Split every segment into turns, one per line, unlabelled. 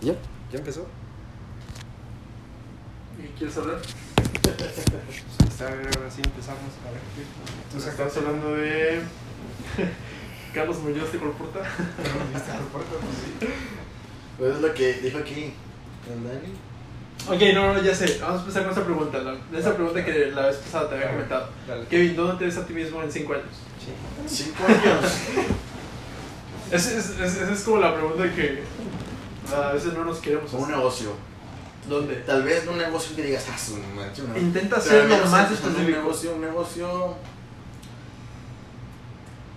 ¿Ya?
¿Ya empezó?
¿Y quieres hablar?
Está bien, ahora sí empezamos. A ver, ¿qué? Entonces estamos hablando de.
Carlos Muñoz de Colporta.
¿Viste la puerta? Pues sí.
Pues es lo que dijo aquí el Dani.
Ok, no, no, ya sé. Vamos a empezar con esa pregunta. La, de esa pregunta que la vez pasada te había comentado.
Dale.
Kevin, ¿dónde te ves a ti mismo en 5 años?
Cinco años.
Es- es- es- Esa es, como la pregunta que a veces no nos queremos
un
hacer.
negocio.
¿Dónde?
Tal vez un negocio que digas, ah, su mancha, no.
Intenta
Pero
ser
al
lo
menos
más
empezando Un
específico.
negocio, un negocio.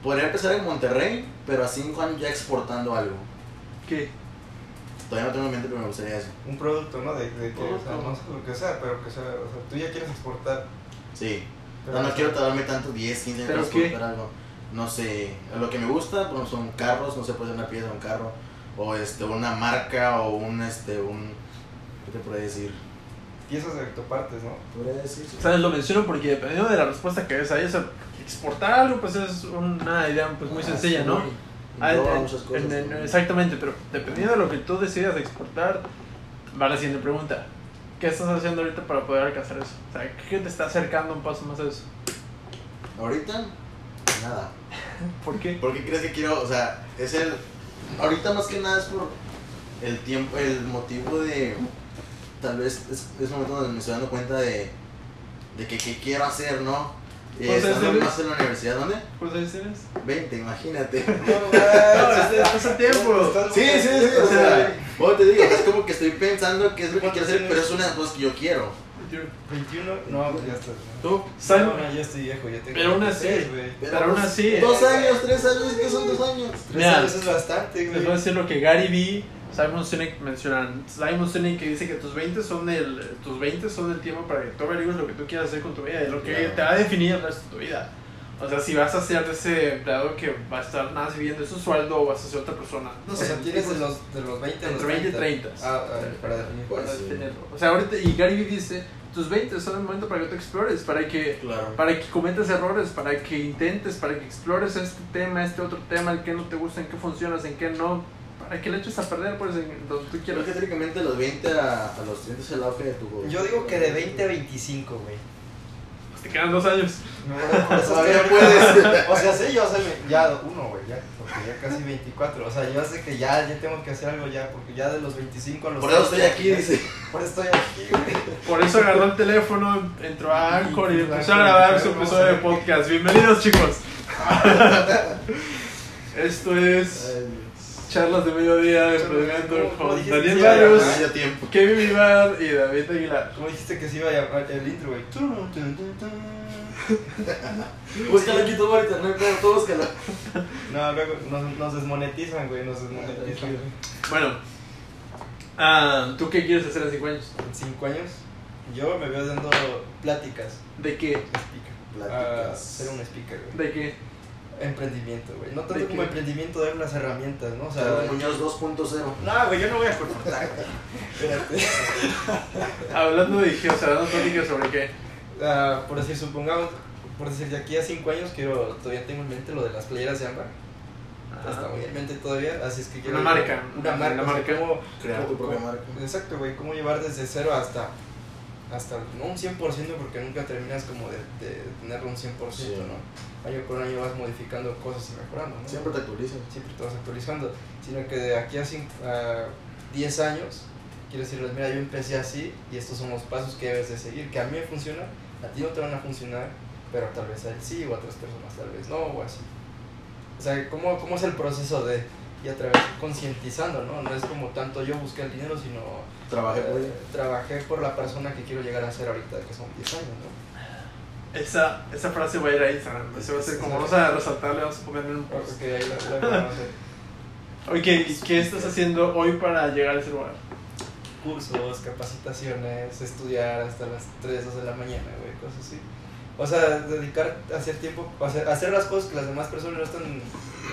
Podría empezar en Monterrey, pero a cinco años ya exportando algo.
¿Qué?
Todavía no tengo en mente, pero me gustaría eso.
Un producto, ¿no? De, de que, o sea,
Producto.
no sé lo que sea, pero que sea, o sea, tú ya quieres exportar.
Sí.
pero-
No, no quiero tardarme tanto 10, 15 años
¿Pero
para
qué?
exportar algo. No sé, lo que me gusta bueno, son carros, no sé, puede ser una pieza de un carro, o este, una marca, o un, este, un, ¿qué te podría decir?
Piezas de autopartes, ¿no?
Podría decir,
¿Sabes? Lo menciono porque dependiendo de la respuesta que ves ahí, o sea, exportar algo pues es una idea pues muy
Ah,
sencilla,
sí,
¿no? Ah,
engloba
en-
muchas cosas.
en- en- exactamente, pero dependiendo de lo que tú decidas exportar, va la siguiente pregunta. ¿Qué estás haciendo ahorita para poder alcanzar eso? O sea, ¿qué te está acercando un paso más a eso?
Ahorita, nada.
¿Por qué?
¿Por qué crees que quiero? O sea, es el. Ahorita más que nada es por el tiempo, el motivo de. Tal vez es, es un momento donde me estoy dando cuenta de. de que qué quiero hacer, ¿no? Eh,
Pues,
estando
ese-
más en la universidad, ¿dónde?
¿Cuántos años tienes?
20, imagínate.
No, es- Ah, este, es hace tiempo.
Sí, sí, sí, o
o
sea,
sea,
bueno, te digo, es como que estoy pensando qué es lo que quiero
¿Cuántos
hacer,
tienes?
pero es una de las cosas que yo quiero.
21, no, pues ya estás.
¿Tú?
Sal-
No, no, ya estoy viejo, ya tengo.
Pero aún así.
26, güey.
Pero aún así,
pues, Dos
eh.
años, tres años, ¿qué son dos años?
Tres
Mira.
años es bastante,
Les voy a
güey.
decir lo que Gary Vee, Simon Sinek mencionan. Simon Sinek que dice que tus 20 son el, tus 20 son el tiempo para que tú averigües lo que tú quieras hacer con tu vida y lo que
Claro.
te va a definir el resto de tu vida. O sea, si vas a ser de ese empleado que va a estar nada más viviendo de su sueldo o vas a ser otra persona. No
O
sé,
sea, tienes de
tipos-
los, de los 20 a los
Entre 20 y 30.
Ah, ah, para definir.
para
sí.
tenerlo. O sea, ahorita, y Gary Vee dice, tus 20 son el momento para que tú explores, para que
Claro.
para que cometas errores, para que intentes, para que explores este tema, este otro tema, el que no te gusta, en qué funcionas, en qué no, para que le eches a perder, pues, en donde tú
Creo
quieras.
que técnicamente de los 20 a, a los 30 es el auge de tu
Yo digo que de 20 a 25, güey.
Pues te quedan dos años.
No, eso
Todavía
es que-
puedes.
O sea, sí, yo o sea, me- ya uno, güey, ya, porque ya casi 24. O sea, yo sé que ya, ya tengo que hacer algo ya, porque ya de los 25 a los.
Por eso estoy
30,
aquí,
ya-
dice.
Por eso estoy aquí, güey.
Por eso agarró el teléfono, entró a Anchor y empezó a grabar su episodio de podcast. Bienvenidos, chicos. Esto es Charlas de Mediodía de Emprendimiento con Daniel Barrios,
Medio tiempo.
Kevin Vivar y David Aguilar.
Como dijiste que se iba a llamar el intro, güey. Tun, tun, tun, tun.
Búscalo en YouTube ahorita, no hay pedo, tú búscalo.
No, luego nos, nos desmonetizan, güey, nos desmonetizan.
Bueno, ah, ¿tú qué quieres hacer en cinco años?
En 5 años, yo me veo dando pláticas.
¿De qué?
Speaker.
Pláticas.
Ah, ser un speaker, güey.
¿De qué?
Emprendimiento, güey. No
¿De
tanto
qué?
como emprendimiento, dar unas herramientas, ¿no? O sea,
Carlos Muñoz 2.0.
No, güey, yo no voy a cortar. Espérate.
Hablando de o sea, dando pláticas sobre qué.
Ah, por decir, supongamos, por decir, de aquí a 5 años quiero, todavía tengo en mente lo de las playeras de ámbar. Está muy en mente todavía, así es que quiero...
Ah. Una marca.
Una marca.
Una
o sea,
marca.
cómo-
Crear tu
cómo-
propia marca.
Exacto, güey, cómo llevar desde cero hasta... Hasta, no un 100% porque nunca terminas como de, de tenerlo un 100%,
Sí.
¿no? Año con año vas modificando cosas y mejorando, ¿no?
Siempre te actualizas.
siempre te vas actualizando, sino que de aquí a cinco- a 10 años, quiero decirles, mira, yo empecé así y estos son los pasos que debes de seguir, que a mí me funciona, a ti no te van a funcionar, pero tal vez a él sí, o a otras personas tal vez no, o así. O sea, ¿cómo, cómo es el proceso de, y a través, concientizando, ¿no? No es como tanto yo busqué el dinero, sino
Trabajé
eh,
por ello.
trabajé por la persona que quiero llegar a ser ahorita, que son 10 años, ¿no?
Esa, esa frase va a ir a Instagram. Se va a hacer como vamos a resaltarle, vamos a ponerle un
Pues
post.
Porque ahí la, la- la-
Ok, ¿y ¿qué estás haciendo hoy para llegar a ese lugar?
cursos, capacitaciones, estudiar hasta las 3, 2 de la mañana, güey, cosas así. O sea, dedicar, hacer tiempo, hacer, hacer las cosas que las demás personas no están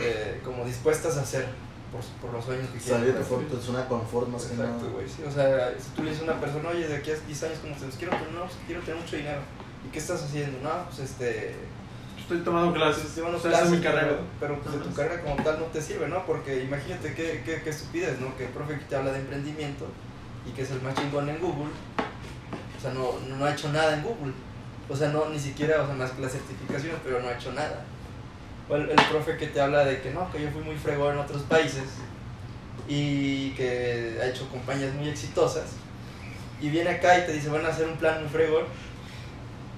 eh, como dispuestas a hacer por, su- por los sueños que quieren.
Salir de
güey.
tu zona de confort más que nada.
Exacto, güey, sí. O sea, si tú le dices a una persona, oye, de aquí a 10 años, como te quiero, tener- no, pues, quiero tener mucho dinero. ¿Y qué estás haciendo? No, pues este,
estoy tomando clases.
Entonces, bueno,
o sea, esa es mi
clases,
carrera.
Pero, pero, pues, de tu carrera como tal no te sirve, ¿no? Porque imagínate qué, qué, qué estupidez, ¿no? Que el profe que te habla de emprendimiento y que es el más chingón en Google, o sea, no, no ha hecho nada en Google. O sea, no, ni siquiera, o sea, más que las certificaciones, pero no ha hecho nada. O el, el profe que te habla de que no, que yo fui muy fregón en otros países y que ha hecho compañías muy exitosas y viene acá y te dice van a hacer un plan muy fregón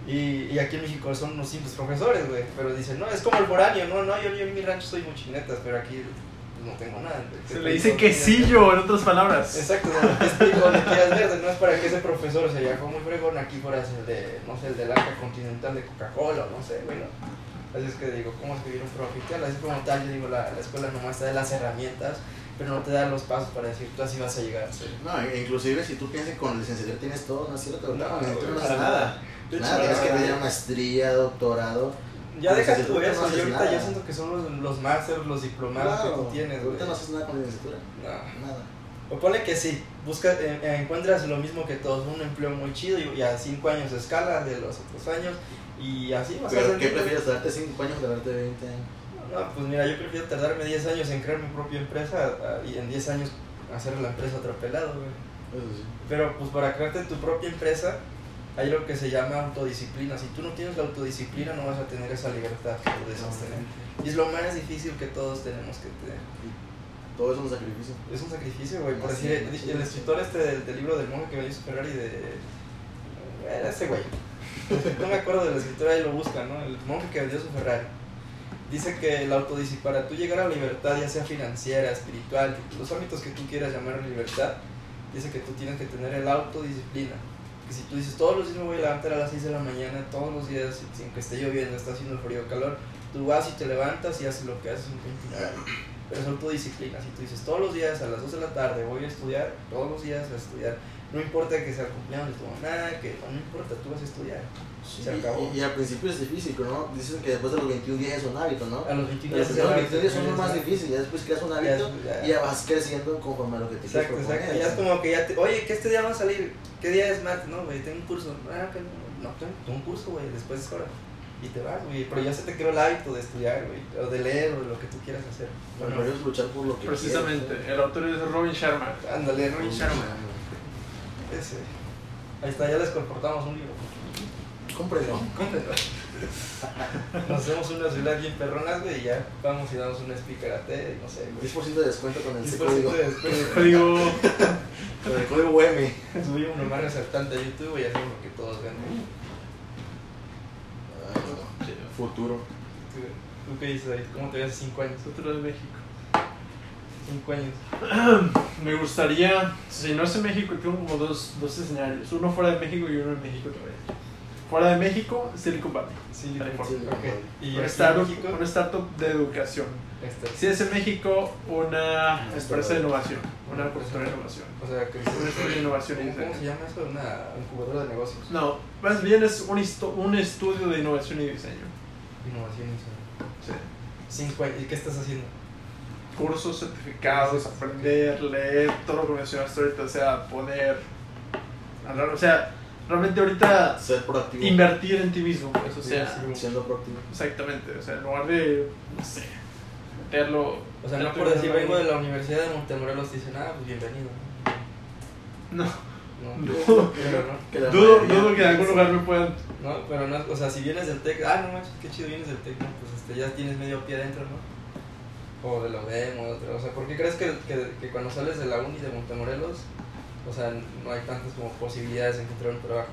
y, y aquí en México son unos simples profesores, güey, pero dicen, no, es como el foráneo, no, no, yo, yo en mi rancho soy muy chinetas, pero aquí pues, no tengo nada. güey.
Se le
Te tengo
dice
todo
quesillo, en otras palabras.
Exacto, no, te explico donde quieras ver, no es para que ese profesor se viajó muy fregón, aquí fueras el de, no sé, el del arca continental de Coca-Cola, o no sé, bueno. Así es que digo, ¿cómo escribir un profesional? Así como tal, yo digo, la, la escuela nomás te da las herramientas, pero no te da los pasos para decir, tú así vas a llegar.
No, e- inclusive si tú piensas que con licenciatura tienes todo, no es cierto.
No,
No, no,
güey,
no es
para
nada.
De hecho,
Nada, tienes que
para
tener
nada.
maestría, doctorado.
Ya deja
Entonces,
tu
ahorita
eso,
no
yo
haces
ahorita
nada.
ya siento que son los, los masters, los diplomados que tú tienes, güey.
Ahorita no haces nada con licenciatura.
No.
Nada.
O ponle que sí, busca, eh, eh, encuentras lo mismo que todos, un empleo muy chido y, y a cinco años de escala de los otros años y así vas
Pero ¿qué
ascendiendo.
prefieres? ¿Darte 5 años o darte 20 años?
No, pues mira, yo prefiero tardarme 10 años en crear mi propia empresa a- y en 10 años hacer la empresa atropelado, güey.
Eso sí.
Pero pues para crearte tu propia empresa hay lo que se llama autodisciplina. Si tú no tienes la autodisciplina no vas a tener esa libertad que puedes tener. Y es lo más difícil que todos tenemos que tener.
Todo es un sacrificio.
Es un sacrificio, güey. Por
Así
decir,
es,
el,
así
el
es.
escritor este del, del libro del monje que me hizo Ferrari de. Era ese güey. No me acuerdo del escritor, ahí lo busca, ¿no? El monje que vendió su Ferrari. Dice que la autodisciplina, para tú llegar a la libertad, ya sea financiera, espiritual, los ámbitos que tú quieras llamar libertad, dice que tú tienes que tener el autodisciplina. Que si tú dices, todos los días me voy a levantar a las 6 de la mañana, todos los días, sin- sin que esté lloviendo, está haciendo frío o calor, tú vas y te levantas y haces lo que haces en
Ah,
pero es autodisciplina. Si tú dices todos los días a las 2 de la tarde voy a estudiar, todos los días a estudiar, no importa que sea el cumpleaños de tu mamá, que no importa, tú vas a estudiar.
Sí,
Se acabó.
Y, y al principio es difícil, ¿no? Dicen que después de los 21 días es un hábito, ¿no?
A los 21
Pero los
se va
primeros
a-
21 días son los más
ya-
difíciles, ya después creas un
ya-
hábito
ya-
y ya vas creciendo conforme a lo que te quieres
Exacto, exacto. Ya es
proponer.
como que ya te, oye, que este día va a salir, ¿qué día es martes? No, güey, tengo un curso. Ah, que no, no, tengo- tengo un curso, güey, después es hora. Y te vas, güey, pero ya se te creó el hábito de estudiar, güey, o de leer, o de lo que tú quieras hacer.
Lo
Bueno,
mejor es luchar por lo que quieres,
Precisamente,
¿no?
el autor es Robin Sharma.
ándale, Robin
Pues,
Sharma.
Sharma.
Ese. Ahí está, ya les comportamos un libro.
Cómprenlo.
Cómprelo. Nos hacemos unas violas bien perronas, güey, y ya vamos y damos una speaker a té, no sé, güey.
10% de descuento con el
10%
código.
de descuento.
Digo,
Con el código UM.
Subimos uno más resaltante a YouTube y hacemos lo que todos ven. güey.
Futuro.
¿Tú qué dices, David? ¿Cómo te ves hace 5 años?
nosotros de México.
5 años.
Me gustaría, si no es en México, tengo como dos, dos escenarios. Uno fuera de México y uno en México todavía. Fuera de México, Silicon Valley.
Sí,
California.
ok. ¿Y
Una
aquí en
startup,
México?
una startup de educación.
Este,
Si es en México, una empresa de innovación. Una consultora de innovación.
O sea, que...
Una estudio de innovación y
¿Cómo, cómo
diseño.
se llama eso? Una incubadora de negocios.
No, más bien es un, histo- un estudio de innovación y diseño.
Innovaciones.
Sí.
5 años. ¿Y qué estás haciendo?
cursos, certificados,
Sí, sí, sí.
aprender, leer, todo lo que mencionaste ahorita, o sea, poder hablar, o sea, realmente ahorita
Ser proactivo.
invertir en ti mismo, pues, o sea,
Sí, sí.
Siendo proactivo.
exactamente, o sea, en lugar de, no sé, meterlo...
O sea, no
meterlo
por
en
decir
una-
vengo de la Universidad de Montemorelos, te dicen, ah, pues bienvenido.
No,
No,
No.
pero no.
Que la
dudo,
mayoría-
dudo que de algún lugar me puedan...
No, pero no, o sea, si vienes del TEC, ah, no manches, qué chido vienes del TEC, no, pues este, ya tienes medio pie adentro, ¿no? O de la UDEM o de otra, o sea, ¿por qué crees que, que, que cuando sales de la uni de Montemorelos, o sea, no hay tantas como posibilidades de encontrar un trabajo?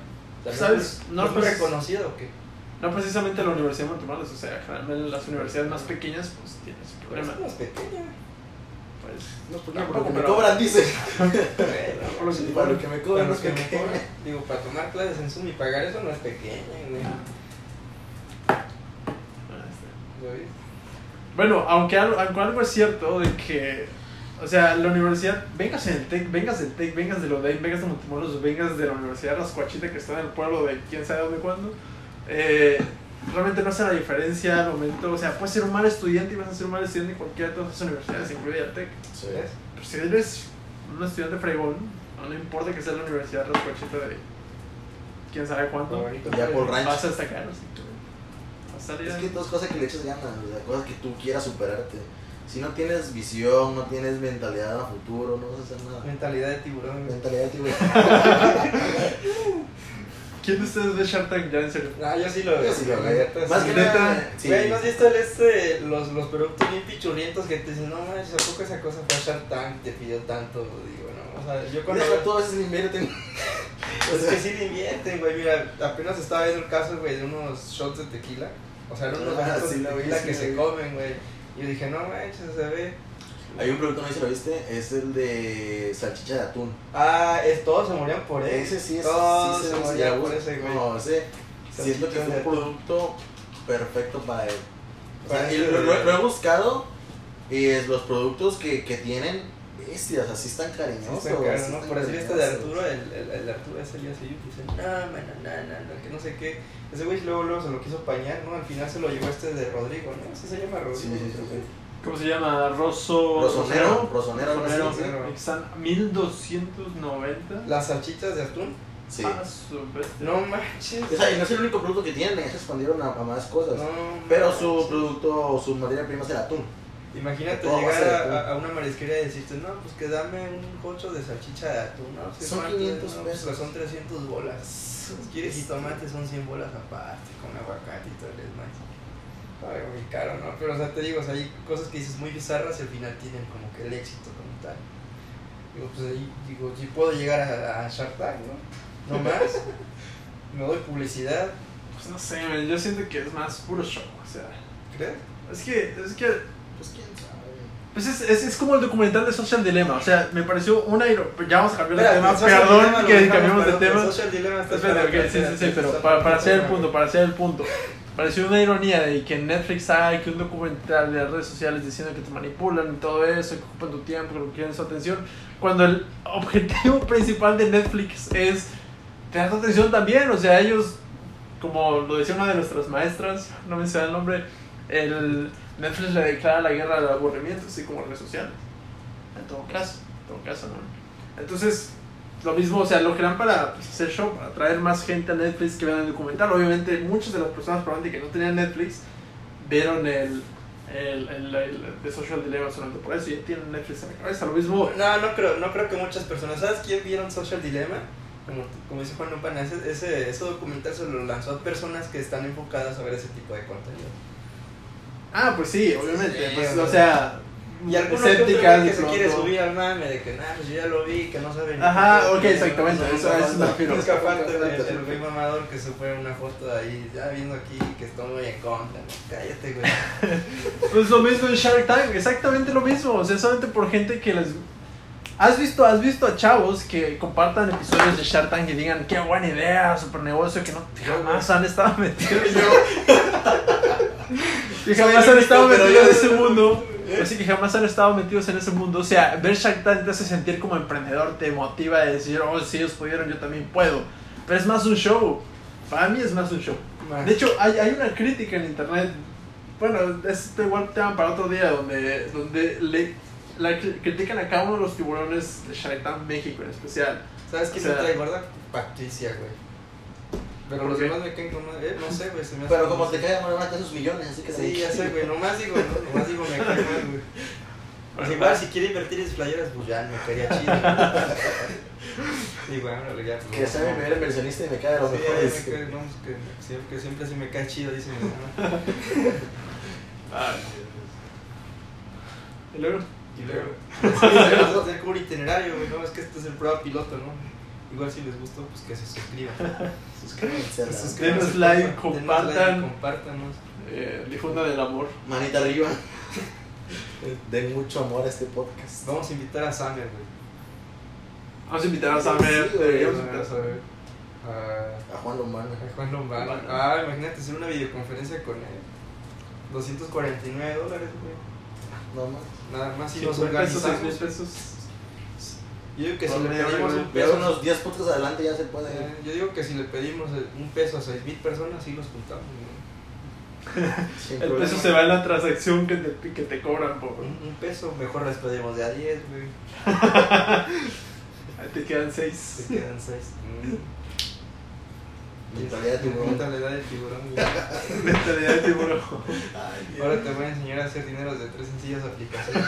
O sea,
¿Sabes?
No,
No,
es muy
pues-
reconocido o qué?
No precisamente la Universidad de Montemorelos, o sea, generalmente las universidades más pequeñas, pues, tienen ese
Pero es
problema.
más pequeña.
Pues,
No, porque,
No,
porque me
pero-
cobran, dice.
Bueno,
por lo que-
Para lo que me cobran,
Para
no
los que me
cobran.
cobran. Digo, para tomar clases en Zoom y pagar eso no es pequeño, güey.
ah, este,
¿Lo ves?
Bueno, aunque algo, aunque algo es cierto de que, o sea, la universidad, vengas en el TEC, vengas del TEC, vengas de ODEM, vengas de Montemoros, vengas de la Universidad Rascuachita que está en el pueblo de quién sabe dónde cuándo, eh, realmente no hace la diferencia al momento, o sea, puedes ser un mal estudiante y vas a ser un mal estudiante en cualquiera de todas las universidades, incluida el TEC.
Sí.
¿Ves?
Pero si eres un estudiante fregón, no le importa que sea la Universidad Rascuachita de quién sabe cuándo,
Favorito.
Ya por rancho.
vas a destacar. así que- sale
Es
ya.
que todas cosas que le echas ganas, o sea, cosas que tú quieras superarte. Si no tienes visión, no tienes mentalidad a futuro, no vas a hacer nada.
Mentalidad de tiburón. güey.
Mentalidad de tiburón.
¿Quién de ustedes ve Shark Tank ya en serio?
Ah, yo sí lo veo.
Yo sí lo
la
veo.
neta,
Más
sí.
que
Neta,
nada, sí.
Güey, ¿no has visto el este, los, los productos bien pichurrientos que te dicen, no manches, ¿a poco esa cosa fue a Shark Tank? Te pidió tanto, digo, no, o sea, yo cuando...
Mira, tú a veces ni invierten. O
Es
sea,
que sí le invierten, güey, mira, apenas estaba viendo el caso, güey, de unos shots de tequila, o sea, eran unos
Ah,
vasos
sí
de
lo vi,
tequila
sí
que
lo
se
vi.
comen, güey, y yo dije, no manches, se ve...
Hay un producto, no sé si lo viste, es el de salchicha de atún.
Ah, es, todos se morían por él.
Ese sí es.
Todos
sí
se
nos
morían
dio
por
gusto.
ese, güey.
No, ese siento que fue
Salchicha de
un producto perfecto para él. O sea,
Para
y
ese
lo, lo-
de-
lo he buscado y es los productos que, que tienen bestias, así están cariñosos.
Sí, está caro,
así
¿no?
están
Por decir este de
cariñosos.
Arturo, el, el, el Arturo ese día se yo dice, no, mano, Ah, no, no, no, que no sé qué. Ese güey luego, luego se lo quiso pañar, ¿no? Al final se lo llevó este de Rodrigo, ¿no? Así se llama Rodrigo.
Sí, sí, sí, sí.
¿Cómo se llama? Rosso.
Rosonero, rosonero, algo así.
Rosonero.
sí, sí.
que Están 1290.
Las salchitas de atún.
Sí.
Ah, su bestia.
No manches.
O sea, y no es el único producto que tienen, se expandieron a, a más cosas.
No
Pero
manches.
su producto, su materia prima es el atún.
Imagínate
Todo va a
llegar
ser
a,
atún.
a- a una marisquería y decirte, no, pues que dame un cocho de salchicha de atún, ¿no? Que
Son
cuánto es,
500
no, pues,
pesos. Este.
son 300 bolas. Quieres jitomate, son 100 bolas aparte, con aguacate y todo el más. Ay, muy caro, ¿no? Pero, o sea, te digo, o sea, hay cosas que dices muy bizarras y al final tienen como que el éxito como tal. Digo, pues ahí, digo, si puedo llegar a, a Shark Tank, ¿no? No más. Me doy publicidad,
Pues no sé, men, yo siento que es más puro show. O sea,
¿crees?
es que, es que
Pues quién sabe.
Pues es, es, es como el documental de Social Dilemma, o sea, me pareció una... iro- Ya vamos a cambiar de
Espera,
tema,
el social dilemma
perdón
lo
que
dejamos,
cambiamos de
perdón, el
tema.
social dilemma está
Espera,
para-
ok, sí, sí, sí, pero
para-
para, para hacer el
para-
punto, para hacer el punto. Pareció una ironía de que Netflix haga que un documental de las redes sociales diciendo que te manipulan y todo eso, que ocupan tu tiempo, que quieren su atención, cuando el objetivo principal de Netflix es tener tu atención también, o sea, ellos, como lo decía una de nuestras maestras, no me sé el nombre, el Netflix le declara la guerra al aburrimiento, así como redes sociales. En todo caso, en todo caso, ¿no? Entonces, lo mismo, o sea, lo crean para pues, hacer show, para atraer más gente a Netflix que vean el documental. Obviamente, muchas de las personas probablemente que no tenían Netflix vieron el, el, el, el The Social Dilemma solamente por eso y ya tienen Netflix en la cabeza. Lo mismo,
No, no creo, no creo que muchas personas. ¿Sabes quién vieron Social Dilemma? Como, como dice Juan Lupana, ese, ese, ese documental se lo lanzó a personas que están enfocadas a ver ese tipo de contenido.
ah, pues sí, obviamente,
Sí,
pues,
o
o sea,
Y algunos que, otro
escépticas
güey
de
que se quiere
pronto.
subir al mame de que, nada, pues yo ya lo vi, que no saben.
Ajá, ok, exactamente, eso, a eso me refiero.
Nunca falta el, el güey mamador que se fue una foto de ahí, ya viendo aquí que estoy muy en contra. ¿no? Cállate, güey.
Pues lo mismo en Shark Tank, exactamente lo mismo. O sea, solamente por gente que les. ¿Has visto, has visto a chavos que compartan episodios de Shark Tank y digan qué buena idea, super negocio, que no jamás han estado metidos? que jamás
Soy
han
el
estado
único, pero
metidos en
yo-
ese mundo. Así que jamás han estado metidos en ese mundo. O sea, ver Shark Tank te hace sentir como emprendedor, te motiva a decir, oh, si ellos pudieron, yo también puedo. Pero es más un show. Para mí es más un show. De hecho, hay, hay una crítica en internet. Bueno, es de igual tema para otro día, donde, donde le, la cri- critican a cada uno de los tiburones de Shark Tank México en especial.
¿Sabes quién
O sea-
me trae gorda? Patricia, güey. Pero
¿Por
los
qué?
demás me caen con madre. Eh, no sé, güey, se me hace
Pero como
no sé.
te caen, no levantas esos millones, así que
Sí, ya sé, güey, nomás digo, no, nomás digo me cae mal, güey. Pues
Bueno,
igual,
va.
si quiere invertir en sus playeras, pues ya, me caería chido. güey. Y bueno, ya, pues,
Que sea mi primer inversionista y me cae de los
Sí,
mejores.
me cae, vamos, que siempre, que siempre si me cae chido, dice mi mamá.
Ay. Y luego,
Y luego, sí, vamos a hacer como un itinerario, güey, no, es que este es el prueba piloto, ¿no? Igual si les gustó, pues que se suscriban. Pues
Suscríbanse a la-
Denos
Denos like, compartan.
compártanos.
eh, difunda del amor.
Manita arriba. Den mucho amor a este podcast.
Vamos a invitar a Samer, güey.
Vamos a invitar a
Sí,
Samer.
sí,
deberíamos
güey,
invitar a Samer.
Ah,
A Juan Lomana.
A Juan Lombardo.
Lombardo.
Ah, imagínate hacer una videoconferencia con él. 249 dólares, güey.
No más.
Nada más si nos
50 pesos, 6 mil
organizamos.
pesos.
Yo digo que si
Por
le
medio,
pedimos
güey.
un
Pero
peso.
unos 10 podcasts adelante ya se puede.
eh, Yo digo que si le pedimos eh, un peso a 6 mil personas, sí los juntamos. güey.
Sin
El
problema.
peso se va en la transacción que te, que te cobran por.
Un, un peso, mejor les pedimos de a 10, güey.
Ahí te quedan
Se
6.
quedan 6.
Mentalidad de tiburón.
Mentalidad de tiburón. güey.
Mentalidad de tiburón.
Ay, Dios.
Ahora te voy a enseñar a hacer dinero de tres sencillas aplicaciones.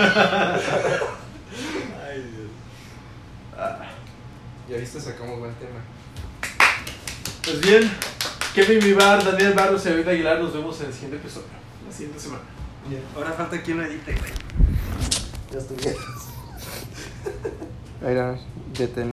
Ay, Dios.
Ah,
Ya viste, sacamos buen tema.
Pues bien, Kevin Vivar, Daniel Barros y David Aguilar, nos vemos en el siguiente episodio, la siguiente semana.
Ahora falta quien lo edite, güey.
Ya estoy bien.
Ahí vamos, detén.